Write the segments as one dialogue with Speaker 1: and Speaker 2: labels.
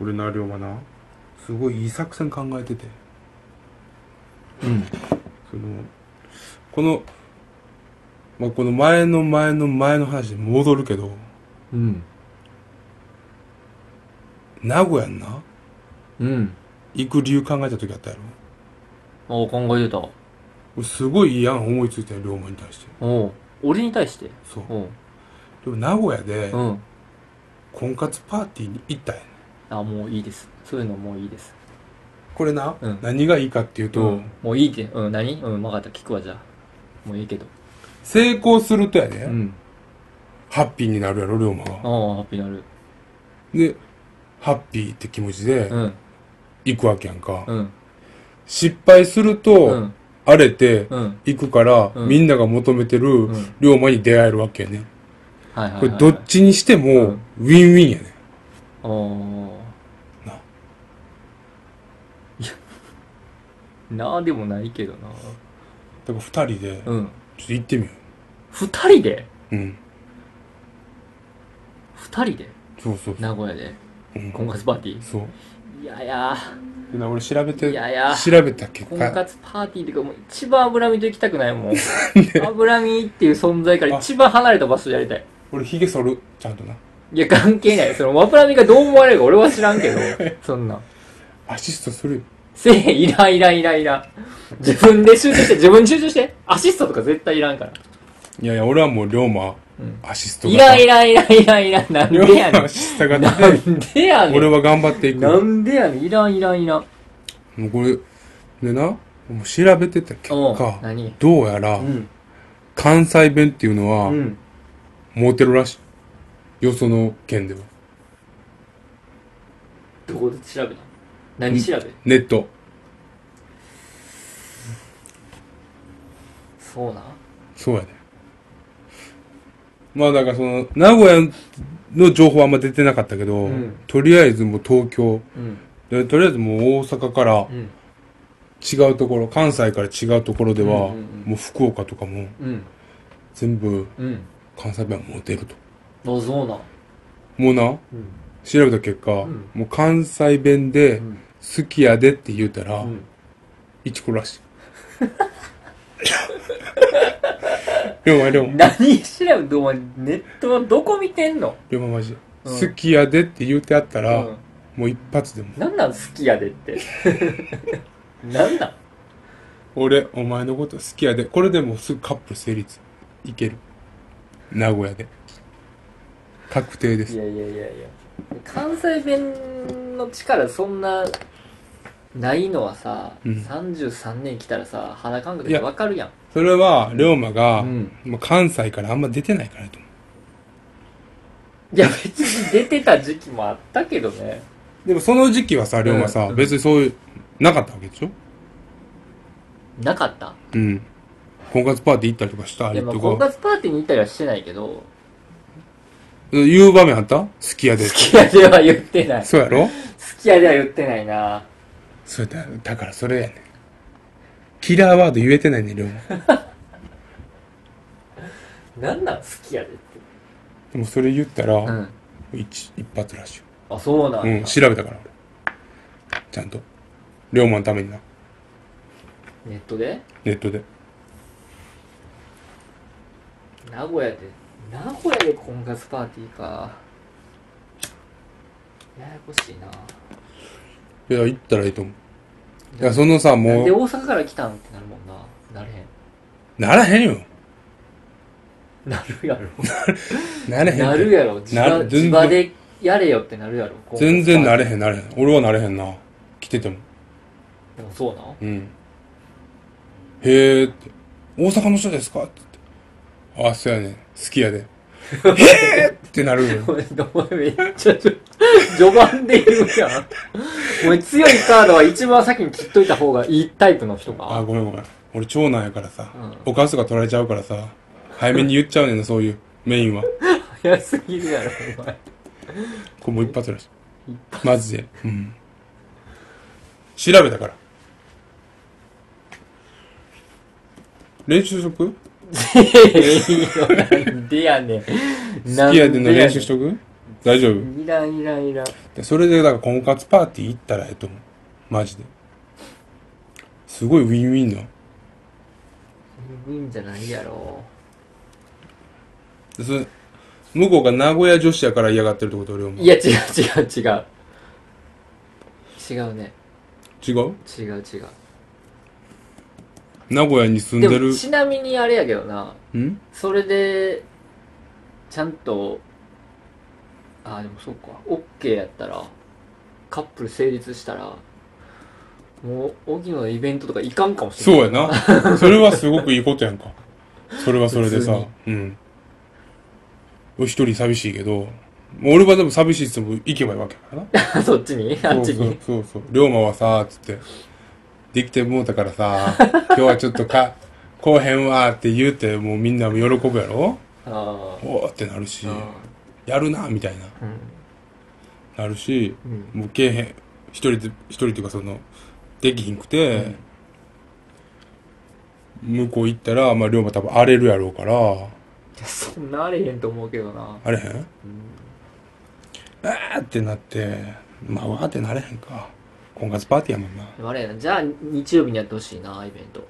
Speaker 1: 우리 나리오가 나すごいいい作戦考えてて
Speaker 2: うん。
Speaker 1: そのこの、まあ、この前の前の前の話に戻るけど
Speaker 2: うん。
Speaker 1: 名古屋にな
Speaker 2: うん。
Speaker 1: 行く理由考えた時あったやろ
Speaker 2: おう、考えてた。お
Speaker 1: 俺すごいいい案思いついたよ龍馬に対して
Speaker 2: う。俺に対して。
Speaker 1: そう
Speaker 2: おう。
Speaker 1: でも名古屋で
Speaker 2: うん。
Speaker 1: 婚活パーティーに行ったんやね
Speaker 2: あ、もういいです。そういうのもういいです。
Speaker 1: これな、
Speaker 2: うん
Speaker 1: 何がいいかっていうと、
Speaker 2: ん、もういいって。うん、何うん、わかった。聞くわ、じゃあ。もういいけど。
Speaker 1: 成功するとやで、
Speaker 2: うん。
Speaker 1: ハッピーになるやろ龍馬
Speaker 2: ああ、
Speaker 1: が
Speaker 2: ハッピーなる。
Speaker 1: でハッピーって気持ちで
Speaker 2: うん。
Speaker 1: 行くわけやんか、
Speaker 2: うん。
Speaker 1: 失敗すると、
Speaker 2: うん。
Speaker 1: 荒れて
Speaker 2: うん。
Speaker 1: 行くから、
Speaker 2: うん
Speaker 1: みんなが求めてる
Speaker 2: うん
Speaker 1: 龍馬に出会えるわけやね。
Speaker 2: はいはい、はい。
Speaker 1: これどっちにしても
Speaker 2: うん
Speaker 1: ウィンウィンやね。
Speaker 2: あー
Speaker 1: ない
Speaker 2: やなあでもないけどな
Speaker 1: だから二人で、ちょっ
Speaker 2: うん
Speaker 1: と行ってみよ
Speaker 2: 二人で
Speaker 1: う。うん。
Speaker 2: 二人で
Speaker 1: そうそうそう。
Speaker 2: 名古屋で
Speaker 1: うん
Speaker 2: 婚活パーティ
Speaker 1: そう。
Speaker 2: ーいやいや
Speaker 1: でな俺調べて、
Speaker 2: いやいや
Speaker 1: 調べた結
Speaker 2: 婚
Speaker 1: 果、
Speaker 2: 活パーティーっていうかもう一番脂身と行きたくないもん脂身っていう存在から一番離れた場所でやりたい
Speaker 1: 俺髭剃る。ちゃんとな。
Speaker 2: いや関係ないその脂身がどう思われるか俺は知ら んけどそんな
Speaker 1: アシストするよ。
Speaker 2: せえいらんいらんいらんいらん自分で集中して自分に集中してアシストとか絶対いらんから
Speaker 1: いやいや、俺はもう龍馬
Speaker 2: うん、
Speaker 1: アシスト
Speaker 2: い
Speaker 1: 型。
Speaker 2: らんいらんいらんいらんいらんなん
Speaker 1: 龍
Speaker 2: でやね
Speaker 1: 馬
Speaker 2: ん
Speaker 1: アシスト
Speaker 2: な
Speaker 1: 型で、
Speaker 2: んでやね
Speaker 1: 俺
Speaker 2: ん。
Speaker 1: は頑張っていく。
Speaker 2: な
Speaker 1: も
Speaker 2: んでやねん。いらんいらんいらん。
Speaker 1: うこれ、でな、もう調べてた結
Speaker 2: おう
Speaker 1: 果、
Speaker 2: 何
Speaker 1: どうやら
Speaker 2: う、ん。
Speaker 1: 関西弁っていうの
Speaker 2: う
Speaker 1: は、
Speaker 2: ん。
Speaker 1: モテるらしい。よその県では。
Speaker 2: どこで調べた何調べ
Speaker 1: ネット。
Speaker 2: そうなん
Speaker 1: そうやね。まあだからその、名古屋の情報はあんま出てなかったけど、
Speaker 2: うん
Speaker 1: とりあえずもう東京、
Speaker 2: うん。
Speaker 1: でとりあえずもう大阪から
Speaker 2: うん。
Speaker 1: 違うところ、関西から違うところでは、
Speaker 2: うんうんうん
Speaker 1: もう福岡とかも
Speaker 2: うん。
Speaker 1: 全部
Speaker 2: うん。
Speaker 1: 関西弁はモテると。
Speaker 2: あ、そうなん。
Speaker 1: もうな、
Speaker 2: うん。
Speaker 1: 調べた結果、
Speaker 2: ん
Speaker 1: もう関西弁で
Speaker 2: うん。
Speaker 1: 好きやでって言うたら、
Speaker 2: うん。
Speaker 1: いちこらしい。 龍馬龍馬
Speaker 2: 何調べてお前、ネットはどこ見てんの
Speaker 1: 龍馬マジ、
Speaker 2: うん
Speaker 1: 好きやでって言うてあったら、
Speaker 2: うん
Speaker 1: もう一発でも
Speaker 2: なんなん好きやで って。なんなん
Speaker 1: 俺お前のこと好きやでこれでもうすぐカップル成立いける名古屋で確定で
Speaker 2: い
Speaker 1: す
Speaker 2: やいやいやいや。関西弁の力そんな、ないのはさ、
Speaker 1: うん
Speaker 2: 33年来たらさ、肌感覚
Speaker 1: い
Speaker 2: で
Speaker 1: や
Speaker 2: わかるやん。
Speaker 1: それは龍馬が、
Speaker 2: うん
Speaker 1: まあ関西からあんま出てないからやと思
Speaker 2: いや、別に出てた時期もあったけどね。
Speaker 1: うでもその時期はさ龍馬さ、
Speaker 2: うん
Speaker 1: 別にそういうなかったわけでしょ
Speaker 2: なかった。
Speaker 1: うん婚活パーティー行ったりとかした
Speaker 2: い
Speaker 1: り
Speaker 2: や、まあ、
Speaker 1: と
Speaker 2: 婚
Speaker 1: か
Speaker 2: 活パーティーに行ったりはしてないけど、
Speaker 1: 言う場面あった好きやで
Speaker 2: 好き屋では言ってない。好
Speaker 1: そうやろ
Speaker 2: き屋では言ってないな。
Speaker 1: それだだからそれやねんキラーワード言えてないね龍馬
Speaker 2: なんなん好き屋でって。
Speaker 1: でもそれ言ったら、
Speaker 2: うん。
Speaker 1: 一一発らしいよ
Speaker 2: あ、そうなんだ。
Speaker 1: うん、調べたから俺ちゃんと龍馬のためにな
Speaker 2: ネットで
Speaker 1: ネットで
Speaker 2: 名古屋で、名古屋で婚活パーティーか。ややこしいな。
Speaker 1: いや行ったらいいと思ういやそのさ
Speaker 2: なん
Speaker 1: も
Speaker 2: で
Speaker 1: う
Speaker 2: 大阪から来たんってなるもんな。なれへん。
Speaker 1: ならへんよ
Speaker 2: なるやろ。
Speaker 1: なれへんって
Speaker 2: なる やろ。地
Speaker 1: な
Speaker 2: 場
Speaker 1: る
Speaker 2: 地
Speaker 1: 全然
Speaker 2: 場でやれよってなるやろ。婚活パーティー
Speaker 1: 全然なれへんなれへん俺はなれへんな来てても
Speaker 2: でもそうなん
Speaker 1: うんへえって大阪の人ですかって言ってあそうやねん好き やでへえってなるよ
Speaker 2: お前めっちゃ序 序盤で言うやん。お前強いカードは一番先に切っといた方がいいタイプの人
Speaker 1: あ
Speaker 2: か。
Speaker 1: ごめんごめん俺長男やからさ、
Speaker 2: う
Speaker 1: お母さんが取られちゃうからさ早めに言っちゃうねんなそういうメインは
Speaker 2: 早すぎるやろ、お
Speaker 1: こ
Speaker 2: 前。
Speaker 1: れもう一発らしい
Speaker 2: 一
Speaker 1: マジでうん調べたから練習しとく
Speaker 2: いやいいよ、なんでやねん。
Speaker 1: 好きやでの練習し
Speaker 2: と
Speaker 1: とく大丈夫
Speaker 2: いらんいらんいらん。
Speaker 1: でそれでだから婚活パーティー行ったらええと思うマジですごいウィンウィンない
Speaker 2: いんじゃないやろ。
Speaker 1: でそれ向こうが名古屋女子やから嫌がってるってこと俺思う
Speaker 2: いや、違う違う違う。違うね。
Speaker 1: 違う
Speaker 2: 違う違う。
Speaker 1: 名古屋に住ん
Speaker 2: で
Speaker 1: でる
Speaker 2: も、ちなみにあれやけどな、
Speaker 1: ん
Speaker 2: それで、ちゃんと、ああ、でもそうか、OK やったら、カップル成立したら、もう、荻野のイベントとか行かんかもしれ
Speaker 1: そ
Speaker 2: な
Speaker 1: う
Speaker 2: い。
Speaker 1: やなそれはすごくいいことやんかそれはそれでさ
Speaker 2: 普
Speaker 1: うん俺一人寂しいけどもう俺はでも寂しいっつっても行けばいいわけやからな
Speaker 2: そう。そっちに あっ
Speaker 1: そ
Speaker 2: ちに。
Speaker 1: うそうそうそう龍馬はさつってできてもうたからさ今日はちょっとかこうへんわって言うてもうみんなも喜ぶやろ
Speaker 2: ああ。
Speaker 1: おーってなるし
Speaker 2: う。
Speaker 1: やるなみたいなんなるし
Speaker 2: うん。
Speaker 1: もうけえへん一人で一人っていうかそのできひんくて、向こう行ったらまあ龍馬多分荒れるやろうから
Speaker 2: そんなあれへんと思うけどな。
Speaker 1: 荒れへん
Speaker 2: うん
Speaker 1: あーってなってまあわーってなれへんか婚活パーティーやもんな
Speaker 2: でもあれやな、じゃあ日曜日にやってほしいな、イベント。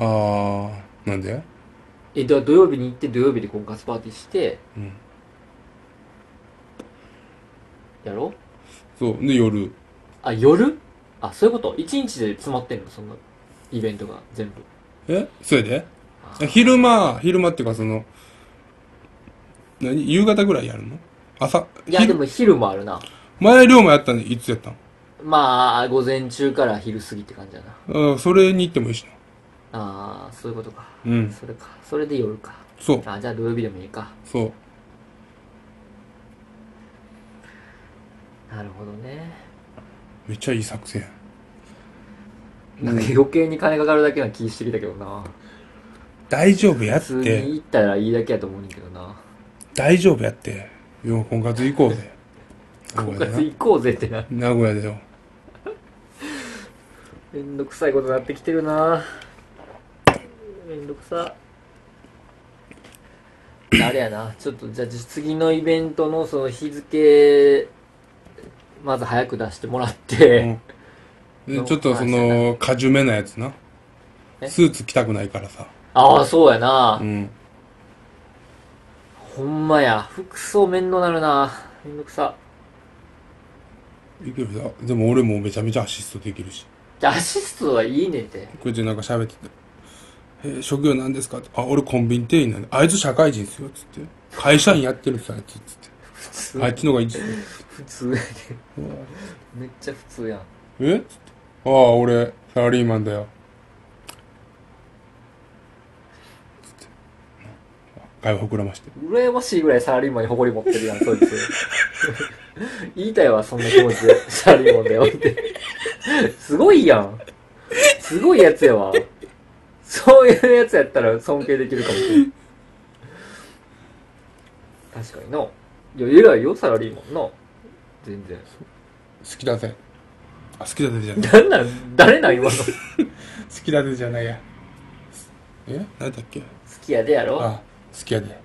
Speaker 1: あーなんで
Speaker 2: え、では土曜日に行って土曜日で婚活パーティーして、
Speaker 1: うん
Speaker 2: やろ
Speaker 1: そうで夜
Speaker 2: あ、夜あ、そういうこと一日で詰まってんのそのイベントが全部。
Speaker 1: えそれで
Speaker 2: あ
Speaker 1: 昼間昼間っていうかその何夕方ぐらいやるの朝
Speaker 2: いや、
Speaker 1: 昼
Speaker 2: でも昼もあるな。
Speaker 1: 前龍馬やったのいつやったの
Speaker 2: まあ、午前中から昼過ぎって感じだな。
Speaker 1: うんそれに行ってもいいし
Speaker 2: ああ、そういうことか。
Speaker 1: なうん
Speaker 2: それか。それで夜か。
Speaker 1: そう
Speaker 2: あじゃあ土曜日でもいいか。
Speaker 1: そう
Speaker 2: なるほどね。
Speaker 1: めっちゃいい作戦
Speaker 2: なんか余計に金かかるだけな気してきたけどな。
Speaker 1: 大丈夫やっ
Speaker 2: 普通に
Speaker 1: て
Speaker 2: 行ったらいいだけやと思うねんだけどな。
Speaker 1: 大丈夫やってよう婚活行こうぜ名
Speaker 2: 婚
Speaker 1: 古屋
Speaker 2: 活
Speaker 1: で
Speaker 2: 行こうぜってな。
Speaker 1: な名古屋でよ
Speaker 2: めんどくさいことになってきてるなめんどくさあれやなちょっとじゃあ次のイベントのその日付まず早く出してもらって、
Speaker 1: うんでちょっとそのかじゅめなやつな
Speaker 2: え
Speaker 1: スーツ着たくないからさ
Speaker 2: ああそうやな、
Speaker 1: うん
Speaker 2: ほんまや服装面倒なるなめんどくさ
Speaker 1: いけるさでも俺もめちゃめちゃアシストできるし
Speaker 2: じゃあアシストはいいねんて
Speaker 1: こいつなんか喋ってて「えー職業なんですか?」って「あ俺コンビニ店員なんであいつ社会人っすよ」っつって「会社員やってるんですよあいつ」っつって
Speaker 2: 普
Speaker 1: 「
Speaker 2: 通
Speaker 1: あいつのがいいっすよ
Speaker 2: 普通
Speaker 1: う
Speaker 2: や
Speaker 1: わ
Speaker 2: でめっちゃ普通やん
Speaker 1: えっ?」つって「ああ俺サラリーマンだよ」つって会話膨らまして
Speaker 2: 羨ましいぐらいサラリーマンに誇り持ってるやん、そいつ。 言いたいわ、そんな気持 ちで。サラリーマンだよって。すごいやん。すごいやつやわ。そういうやつやったら尊敬できるかもしれん。確かにの。いや、偉いよ、サラリーマンの。全然。
Speaker 1: 好きだぜあ好きだぜじ ゃない好
Speaker 2: なんなん、誰なん今の。好
Speaker 1: きだぜじゃないやえ何だっけ
Speaker 2: きやでやろ
Speaker 1: あ好きやで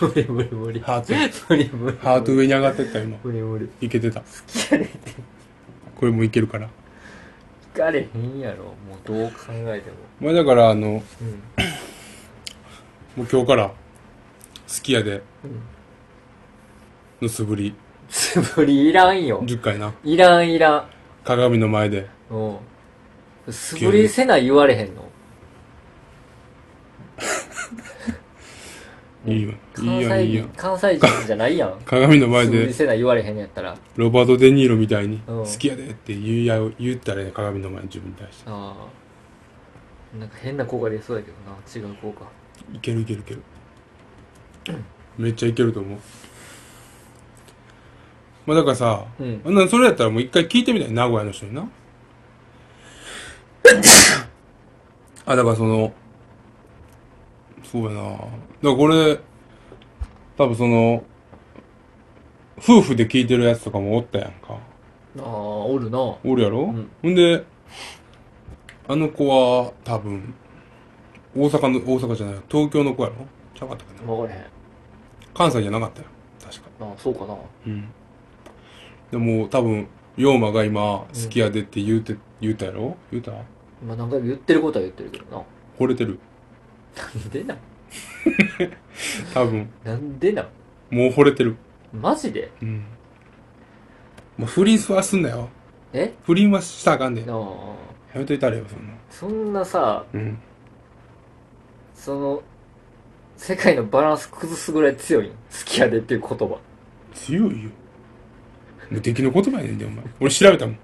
Speaker 2: 無理無理無理。
Speaker 1: ハート
Speaker 2: 無理無理。
Speaker 1: ハート上に上がってった今
Speaker 2: 無理無理。好
Speaker 1: いけてた
Speaker 2: きやでって。
Speaker 1: これもいけるから
Speaker 2: 聞かれへんやろ。もうどう考えても。
Speaker 1: まあだからあの
Speaker 2: うん。
Speaker 1: もう今日から、好きやで
Speaker 2: うん、
Speaker 1: の素振り、
Speaker 2: つぶりいらんよ。
Speaker 1: 10回な。
Speaker 2: いらんいらん。
Speaker 1: 鏡の前で、
Speaker 2: うん。素振りせない言われへんの。
Speaker 1: いいよ、
Speaker 2: 関
Speaker 1: いいよ、
Speaker 2: 西
Speaker 1: いいよ。
Speaker 2: 人、。関西人じゃないやん
Speaker 1: 鏡の前
Speaker 2: 素振り
Speaker 1: で、
Speaker 2: せない言われへんのやったら。
Speaker 1: ロバート・デ・ニーロみたいに、
Speaker 2: うん
Speaker 1: 好きやでって言い合う言ったらええ鏡の前に自分に対して。
Speaker 2: ああ。なんか変な効果出そうやけどな。違う効果。
Speaker 1: いけるいけるいける。めっちゃいけると思う。まあだからさ、
Speaker 2: うん
Speaker 1: あんなそれやったらもう一回聞いてみたい、名古屋の人 にな。あ、だからその、そうやな。だからこれ、多分その、夫婦で聞いてるやつとかもおったやんか。
Speaker 2: ああ、おるな。
Speaker 1: おるやろ、
Speaker 2: ん
Speaker 1: ほんで、あの子は多分、大阪の、大阪じゃない、東京の子やろちゃうかったかな。
Speaker 2: わかれへん。
Speaker 1: 関西じゃなかったよ。確か。
Speaker 2: なあそうかな
Speaker 1: うん。でも、多分、龍馬が今、好きやでって言うて、言うたやろ言うた
Speaker 2: まあ何回も言ってることは言ってるけどな
Speaker 1: 惚れてる。
Speaker 2: なんでなん
Speaker 1: 多分、
Speaker 2: なんでなん
Speaker 1: もう惚れてる。
Speaker 2: マジで
Speaker 1: うん。もう不倫はすんなよ。
Speaker 2: え
Speaker 1: 不倫はしたらあかんで。や
Speaker 2: なあ
Speaker 1: めといたれよ、そんな。
Speaker 2: そんなさ
Speaker 1: うん。
Speaker 2: その世界のバランス崩すぐらい強いん好きやでっていう言葉
Speaker 1: 強いよ。無敵の言葉やねんで、お前。俺調べたもん。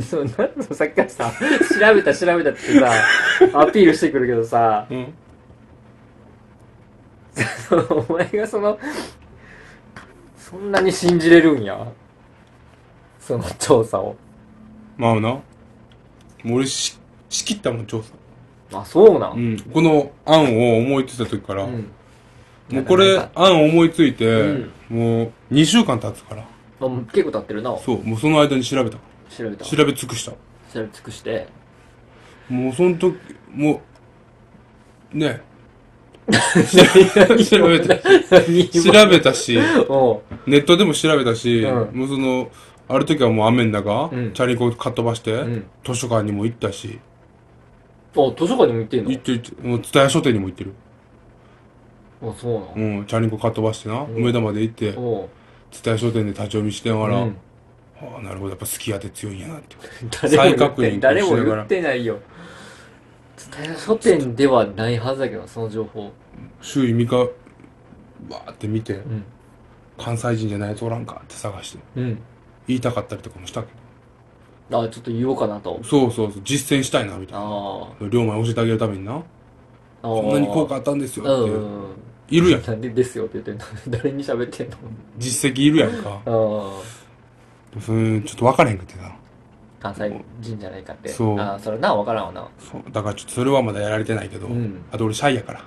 Speaker 2: そうなんのさっきからさ調べた調べたってさアピールしてくるけどさ
Speaker 1: うん。
Speaker 2: そのお前がそのそんなに信じれるんやその調査を
Speaker 1: まあな。もう俺し、仕切ったもん、調査。
Speaker 2: あそうなん
Speaker 1: うん。この案を思いついた時から、
Speaker 2: うん
Speaker 1: もうこれ、
Speaker 2: なんか
Speaker 1: 案思いついて、
Speaker 2: うん
Speaker 1: もう2週間経つから。
Speaker 2: あもう結構経ってるな調
Speaker 1: そう、もうその間に調べた。
Speaker 2: べた調
Speaker 1: 調べ尽くした。
Speaker 2: べ尽くして
Speaker 1: もうその時、もう、ね調べた。調べた し、
Speaker 2: おう
Speaker 1: ネットでも調べたし、
Speaker 2: うん
Speaker 1: もうその、ある時はもう雨の中、
Speaker 2: うん
Speaker 1: チャリンコかっ飛ばして、
Speaker 2: ん
Speaker 1: 図書館にも行ったし、
Speaker 2: お図書館にも行ってん
Speaker 1: 行って行って、もう蔦屋書店にも行ってる。
Speaker 2: のあそうなの
Speaker 1: うん、チャリンコかっ飛ばしてな、
Speaker 2: ん
Speaker 1: 梅田まで行って、
Speaker 2: おう
Speaker 1: 蔦屋書店で立ち読みしてながら、
Speaker 2: うん
Speaker 1: ああ、なるほど、やっぱ好きやって強いんやなって。
Speaker 2: 誰も言っ
Speaker 1: 再
Speaker 2: て
Speaker 1: 確認と
Speaker 2: 誰も
Speaker 1: しながら
Speaker 2: 言ってないよ伝え書店ではないはずだけどなその情報
Speaker 1: 周囲見か、わーって見て、
Speaker 2: うん
Speaker 1: 関西人じゃないやつおらんかって探して、
Speaker 2: うん
Speaker 1: 言いたかったりとかもしたけど。
Speaker 2: あちょっと言おうかなと
Speaker 1: そうそうそう、実践したいな、みたいな。
Speaker 2: あ
Speaker 1: 龍馬に教えてあげるためにな、
Speaker 2: あ
Speaker 1: こ
Speaker 2: こ
Speaker 1: んなに効果あったんですよ
Speaker 2: う
Speaker 1: って、
Speaker 2: ん
Speaker 1: いるやん。
Speaker 2: なんでですよって言ってんの 誰に喋ってん
Speaker 1: 実績いるやんか。
Speaker 2: のあ
Speaker 1: それちょっと分からへんくてな。
Speaker 2: あ関西人じゃないかって
Speaker 1: そう
Speaker 2: ああそれな分からんわな
Speaker 1: そうだからちょっとそれはまだやられてないけど、
Speaker 2: うん
Speaker 1: あと俺シャイやから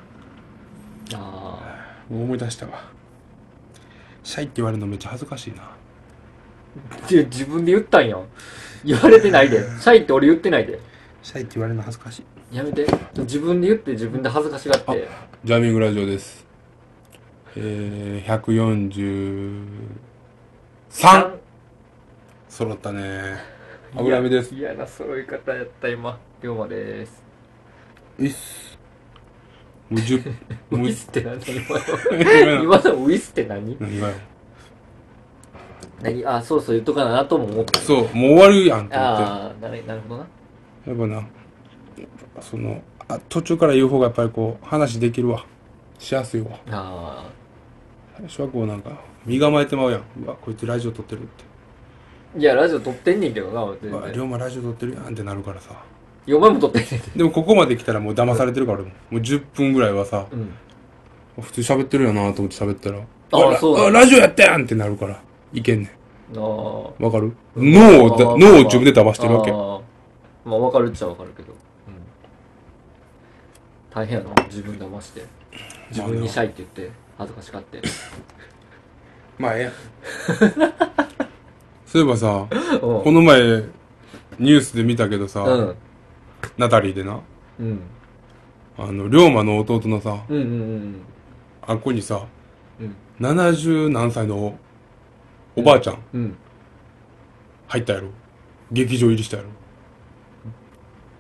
Speaker 2: あ
Speaker 1: もう思い出したわシャイって言われるのめっちゃ恥ずかしいな
Speaker 2: あで自分で言ったんや言われてないでシャイって俺言ってないで
Speaker 1: シャイって言われるの恥ずかしい
Speaker 2: やめて自分で言って自分で恥ずかしがって
Speaker 1: ジャミングラジオですえー、143揃ったね油目です
Speaker 2: いや嫌な揃い方やった今龍馬です
Speaker 1: いっすもう10
Speaker 2: ウ
Speaker 1: もう
Speaker 2: ィスって何
Speaker 1: 今
Speaker 2: 今の
Speaker 1: の
Speaker 2: 今のウィスって何
Speaker 1: 何がよ
Speaker 2: 何あそろそろ言っとかなとも思った
Speaker 1: そうもう終わるやんと思って
Speaker 2: ああなるなるほどな
Speaker 1: やっぱな、その、あ途中から言う方がやっぱりこう、話できるわ。しやすいわ。
Speaker 2: あ
Speaker 1: 最初はこうなんか、身構えてまうやん。うわ、こいつラジオ撮ってるって。
Speaker 2: あいやラジオ撮ってんねんけどな全
Speaker 1: うわ、龍
Speaker 2: 然
Speaker 1: 馬ラジオ撮ってるやんってなるからさ。
Speaker 2: いやお前も撮ってんね ん
Speaker 1: でもここまで来たらもう騙されてるから、俺ももう10分ぐらいはさ、
Speaker 2: うん
Speaker 1: 普通に喋ってるよなと思って喋ったら、
Speaker 2: あ
Speaker 1: わ
Speaker 2: そうだ
Speaker 1: わラジオやったやんってなるから、いけんね
Speaker 2: あ
Speaker 1: ん。わかる
Speaker 2: うん
Speaker 1: 脳をだ、
Speaker 2: あー
Speaker 1: 脳を自分で騙してるわけ
Speaker 2: あ。ーまあ分かるっちゃ分かるけど、うん、大変やな自分騙して自分にシャイって言って恥ずかしがって
Speaker 1: まあええやん そういえばさ、
Speaker 2: うん
Speaker 1: この前、ニュースで見たけどさ、
Speaker 2: うん
Speaker 1: ナタリーでな、
Speaker 2: うん
Speaker 1: あの、龍馬の弟のさ、
Speaker 2: うんうん
Speaker 1: あっこにさ、
Speaker 2: うん
Speaker 1: 70何歳のおばあちゃん
Speaker 2: うん
Speaker 1: 入ったやろ。劇場入りしたやろ。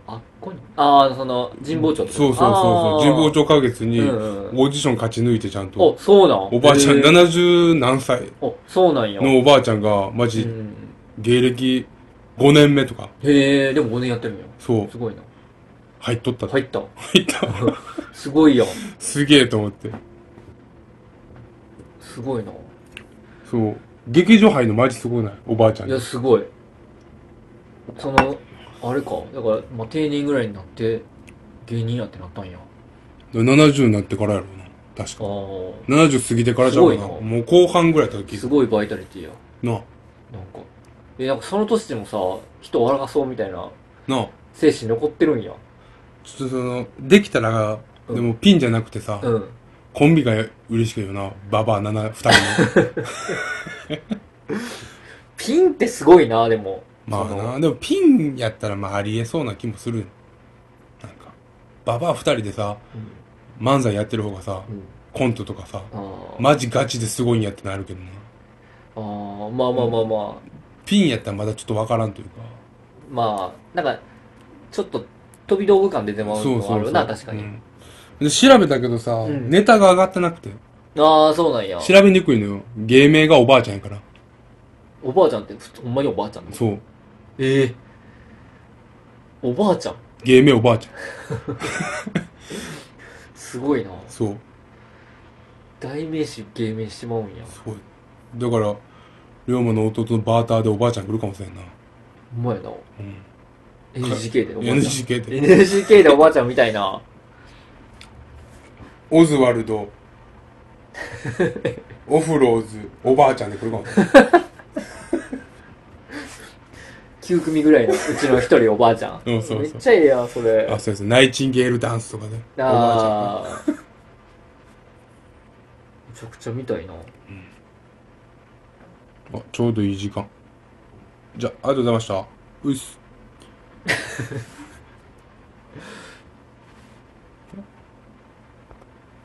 Speaker 2: あっこにああその神保町ってこと
Speaker 1: そうそうそうそう。神保町花月にオ
Speaker 2: うん
Speaker 1: ー
Speaker 2: うん
Speaker 1: ディション勝ち抜いてちゃんと。
Speaker 2: おそうなん
Speaker 1: おばあちゃん、
Speaker 2: へー
Speaker 1: 70何歳
Speaker 2: おそうなんや、
Speaker 1: のおばあちゃんが、マ
Speaker 2: う
Speaker 1: ジ、
Speaker 2: ん
Speaker 1: 芸歴5年目とか、
Speaker 2: へえでも5年やってるんや
Speaker 1: そう
Speaker 2: す、ごいな
Speaker 1: 入っとった。
Speaker 2: 入った
Speaker 1: 入った。
Speaker 2: すごいやん
Speaker 1: すげえと思って。
Speaker 2: すごいな
Speaker 1: そう。劇場入るのマジすごいないおばあちゃん
Speaker 2: い
Speaker 1: に
Speaker 2: や。すごいそのあれかだから、まあ、定年ぐらいになって芸人やってなったんや
Speaker 1: 70になってからやろうな。確か。
Speaker 2: ああ
Speaker 1: 70過ぎてからじゃうかな。
Speaker 2: すごいな
Speaker 1: もう後半ぐらいだった時。
Speaker 2: すごいバイタリティや
Speaker 1: なあ。
Speaker 2: なんかえなんかその年でもさ人を笑かそうみたいな
Speaker 1: なあ。
Speaker 2: 精神残ってるんや
Speaker 1: ちょっとその、できたら、
Speaker 2: うん
Speaker 1: でもピンじゃなくてさ、
Speaker 2: うん
Speaker 1: コンビが嬉しくよな、ババア7、二 人の。
Speaker 2: ピンってすごいなでも
Speaker 1: ま
Speaker 2: そ
Speaker 1: あ
Speaker 2: の
Speaker 1: な、でもピンやったらまあありえそうな気もする。なんか、ババア二人でさ、
Speaker 2: うん
Speaker 1: 漫才やってる方がさ、
Speaker 2: うん
Speaker 1: コントとかさ、
Speaker 2: あー
Speaker 1: マジガチですごいんやってなるけどな。
Speaker 2: あーまあまあまあまあ、
Speaker 1: ピンやったらまだちょっとわからんというか。
Speaker 2: まあ、なんか、ちょっと飛び道具感出てまう
Speaker 1: そう
Speaker 2: の
Speaker 1: そ
Speaker 2: あ
Speaker 1: うそう。
Speaker 2: るよな、確かに。
Speaker 1: うんで、調べたけどさ、
Speaker 2: ん
Speaker 1: ネタが上がってなくて。
Speaker 2: ああ、そうなんや。
Speaker 1: 調べにくいのよ。芸名がおばあちゃんやから。
Speaker 2: おばあちゃんって、ふつほんまにおばあちゃん
Speaker 1: そう。
Speaker 2: ええおばあちゃん
Speaker 1: 芸名おばあちゃん。
Speaker 2: すごいな。
Speaker 1: そう。
Speaker 2: 代名詞、芸名しまうんや。
Speaker 1: すごい。だから、龍馬の弟のバーターでおばあちゃん来るかもしれんな。
Speaker 2: ほんまやな。
Speaker 1: うん。
Speaker 2: NGK でおばあちゃん。
Speaker 1: NGK で。
Speaker 2: NGK でおばあちゃんみたいな。
Speaker 1: オズワルド、 オフローズ、おばあちゃんで来るかもしれん。
Speaker 2: 9組ぐらいのうちの一人おばあちゃん。
Speaker 1: うんそうそう
Speaker 2: めっちゃええやん、それ。
Speaker 1: あ、そうです。ナイチンゲールダンスとかね。おばあちゃん。
Speaker 2: ああ。めちゃくちゃ見たいな。
Speaker 1: あちょうどいい時間じゃあありがとうございましたうっす